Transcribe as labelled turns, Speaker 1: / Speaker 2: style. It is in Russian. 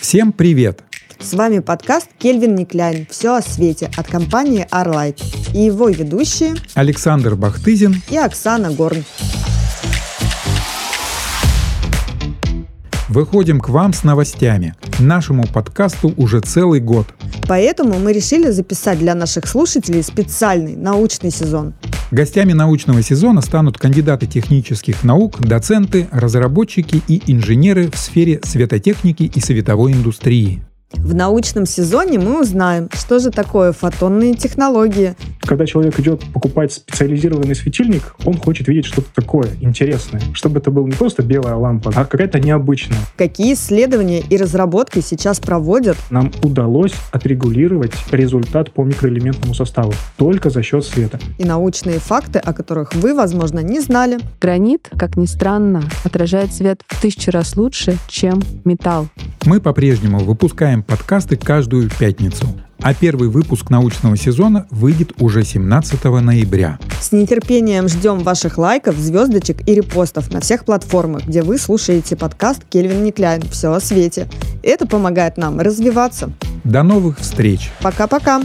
Speaker 1: Всем привет!
Speaker 2: С вами подкаст «Кельвин Никляйн. Все о свете» от компании «Арлайт» и его ведущие
Speaker 1: Александр Бахтызин
Speaker 2: и Оксана Горн.
Speaker 1: выходим к вам с новостями. Нашему подкасту уже целый год.
Speaker 2: Поэтому мы решили записать для наших слушателей специальный научный сезон.
Speaker 1: Гостями научного сезона станут кандидаты технических наук, доценты, разработчики и инженеры в сфере светотехники и световой индустрии.
Speaker 2: В научном сезоне мы узнаем, что же такое фотонные технологии,
Speaker 3: Когда человек идет покупать специализированный светильник, он хочет видеть что-то такое интересное, чтобы это была не просто белая лампа, а какая-то необычная.
Speaker 2: какие исследования и разработки сейчас проводят
Speaker 3: Нам удалось отрегулировать результат по микроэлементному составу только за счет света.
Speaker 2: и научные факты, о которых вы, возможно, не знали.
Speaker 4: Гранит, как ни странно, отражает свет в тысячу раз лучше, чем металл.
Speaker 1: Мы по-прежнему выпускаем подкасты каждую пятницу. А первый выпуск научного сезона выйдет уже 17 ноября.
Speaker 2: С нетерпением ждем ваших лайков, звездочек и репостов на всех платформах, где вы слушаете подкаст «Кельвин Никляйн. Все о свете». Это помогает нам развиваться.
Speaker 1: До новых встреч!
Speaker 2: Пока-пока!